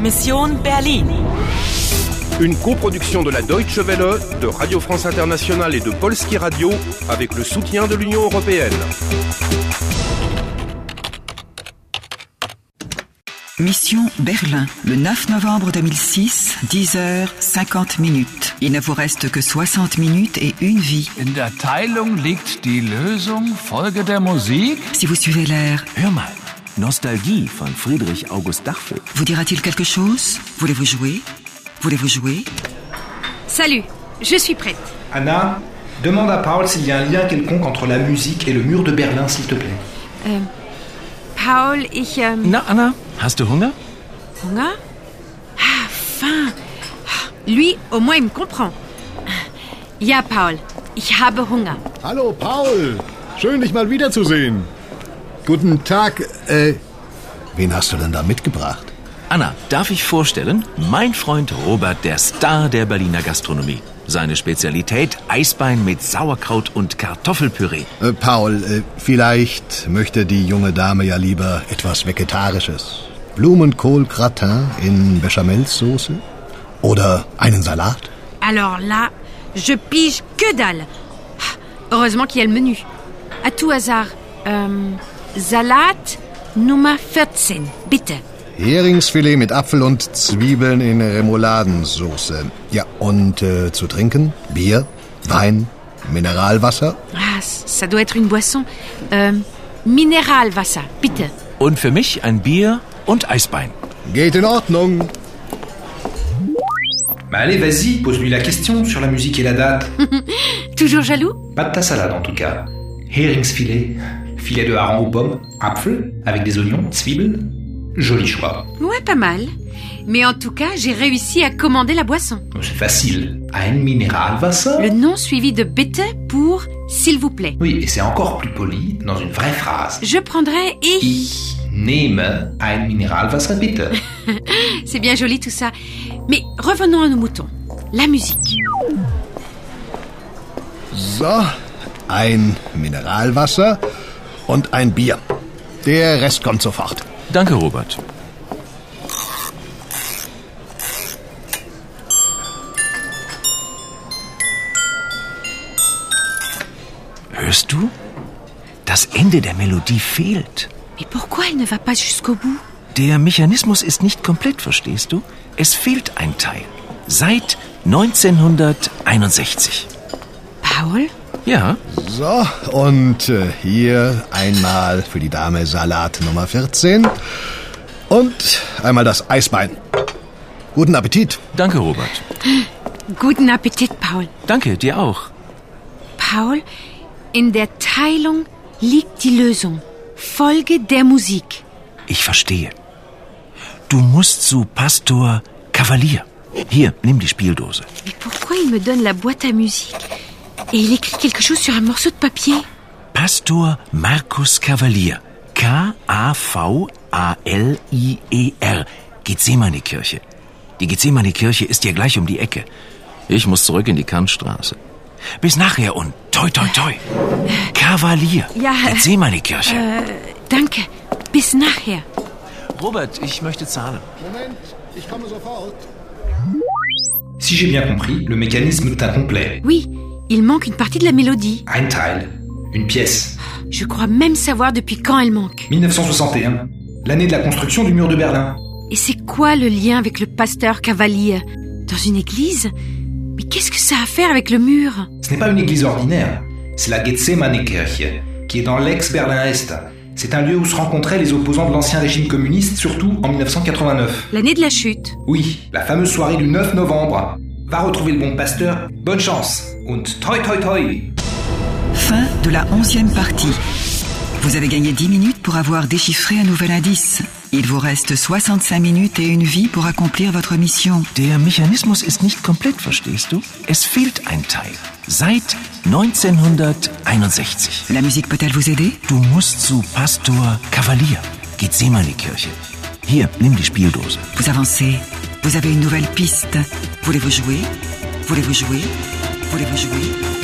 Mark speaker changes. Speaker 1: Mission Berlin.
Speaker 2: Une coproduction de la Deutsche Welle, de Radio France Internationale et de Polski Radio avec le soutien de l'Union européenne.
Speaker 3: Mission Berlin, le 9 novembre 2006, 10h50 minutes. Il ne vous reste que 60 minutes et une vie.
Speaker 4: In der Teilung liegt die Lösung. Folge der Musik.
Speaker 3: Si vous suivez l'air,
Speaker 5: Hör mal, Nostalgie von Friedrich August Dachfeld.
Speaker 3: vous dira-t-il quelque chose Voulez-vous jouer Voulez-vous jouer
Speaker 6: Salut, je suis prête.
Speaker 7: Anna, demande à Paul s'il y a un lien quelconque entre la musique et le mur de Berlin, s'il te plaît.
Speaker 6: Paul, ich. Ähm,
Speaker 5: Na, Anna, hast du Hunger?
Speaker 6: Hunger Ah, faim. Ah, Lui, au moins, il me comprend. Ja, Paul, ich habe Hunger.
Speaker 8: Hallo Paul, schön dich mal wiederzusehen. Guten Tag, äh, wen hast du denn da mitgebracht?
Speaker 5: Anna, darf ich vorstellen? Mein Freund Robert, der Star der Berliner Gastronomie. Seine Spezialität Eisbein mit Sauerkraut und Kartoffelpüree.
Speaker 8: Äh, Paul, äh, vielleicht möchte die junge Dame ja lieber etwas Vegetarisches. Blumenkohl-Gratin in Bechamelsoße? Oder einen Salat?
Speaker 6: Alors là, je pige que dalle. Ah, Heureusement qu'il y a le menu. À tout hasard, ähm, Salat Nummer 14, bitte.
Speaker 8: Heringsfilet mit Apfel und Zwiebeln in Remouladensoße. Ja, und äh, zu trinken? Bier, Wein, Mineralwasser?
Speaker 6: Ah, ça doit être une boisson. Ähm, Mineralwasser, bitte.
Speaker 5: Und für mich ein Bier und Eisbein.
Speaker 8: Geht in Ordnung.
Speaker 7: Bah allez, vas-y, pose-lui la question sur la musique et la date.
Speaker 6: Toujours jaloux
Speaker 7: Pas de ta salade en tout cas. Heringsfilet, filet de hareng aux pommes, Apfel, avec des oignons, Zwiebeln. Joli choix.
Speaker 6: Ouais, pas mal. Mais en tout cas, j'ai réussi à commander la boisson.
Speaker 7: Oh, C'est facile. Ein Mineralwasser
Speaker 6: Le nom suivi de bitte pour s'il vous plaît.
Speaker 7: Oui, et c'est encore plus poli dans une vraie phrase.
Speaker 6: Je prendrai et...
Speaker 7: Ich nehme ein Mineralwasser bitte.
Speaker 6: C'est bien joli tout ça. Mais revenons à nos moutons. La musique.
Speaker 8: So, ein Mineralwasser und ein Bier. Der Rest kommt sofort.
Speaker 5: Danke, Robert. Hörst du? Das Ende der Melodie fehlt.
Speaker 6: Mais pourquoi elle ne va pas jusqu'au bout
Speaker 5: Der Mechanismus ist nicht komplett, verstehst du? Es fehlt ein Teil. Seit 1961.
Speaker 6: Paul
Speaker 5: Ja,
Speaker 8: So, und äh, hier einmal für die Dame Salat Nummer 14 und einmal das Eisbein. Guten Appetit.
Speaker 5: danke, Robert.
Speaker 6: Guten Appetit, Paul.
Speaker 5: Danke, dir auch.
Speaker 6: Paul, in der Teilung liegt die Lösung. Folge der Musik.
Speaker 5: Ich verstehe. Du musst zu Pastor Kavalier. Hier, nimm die Spieldose.
Speaker 6: Mais pourquoi il me donne la boîte à musique et il écrit quelque chose sur un morceau de papier
Speaker 5: Pastor Markus Kavalier. K-A-V-A-L-I-E-R. E Gethsemane-Kirche. Die Gethsemane-Kirche ist hier gleich um die Ecke. Ich muss zurück in die Kantstraße. Bis nachher und toi, toi, toi. Kavalier.
Speaker 6: Ja, äh,
Speaker 5: Gethsemane-Kirche.
Speaker 6: Danke. Bis nachher.
Speaker 5: Robert, ich möchte zahlen.
Speaker 8: Moment, ich komme sofort.
Speaker 7: Si j'ai bien compris, le mécanisme est incomplet.
Speaker 6: Oui, il manque une partie de la mélodie.
Speaker 7: Ein Teil, une pièce.
Speaker 6: Je crois même savoir depuis quand elle manque.
Speaker 7: 1961, l'année de la construction du mur de Berlin.
Speaker 6: Et c'est quoi le lien avec le pasteur cavalier Dans une église Mais qu'est-ce que ça a à faire avec le mur
Speaker 7: Ce n'est pas une église ordinaire, c'est la Gethsemane-Kirche, qui est dans l'ex-Berlin-Est. C'est un lieu où se rencontraient les opposants de l'ancien régime communiste, surtout en 1989.
Speaker 6: L'année de la chute.
Speaker 7: Oui, la fameuse soirée du 9 novembre. Va retrouver le bon pasteur, bonne chance Und toi toi toi
Speaker 3: Fin de la onzième partie. Vous avez gagné 10 minutes pour avoir déchiffré un nouvel indice. Il vous reste 65 minutes et une vie pour accomplir votre mission.
Speaker 5: Der Mechanismus ist nicht komplett, verstehst du? Es fehlt ein Teil. Seit 1961.
Speaker 3: La musique peut-elle vous aider
Speaker 5: Du musst zu Pastor Kavalier. Gethsemane-Kirche. Hier, nimm die Spieldose.
Speaker 3: Vous avancez. Vous avez une nouvelle piste. Voulez-vous jouer Voulez-vous jouer Voulez-vous jouer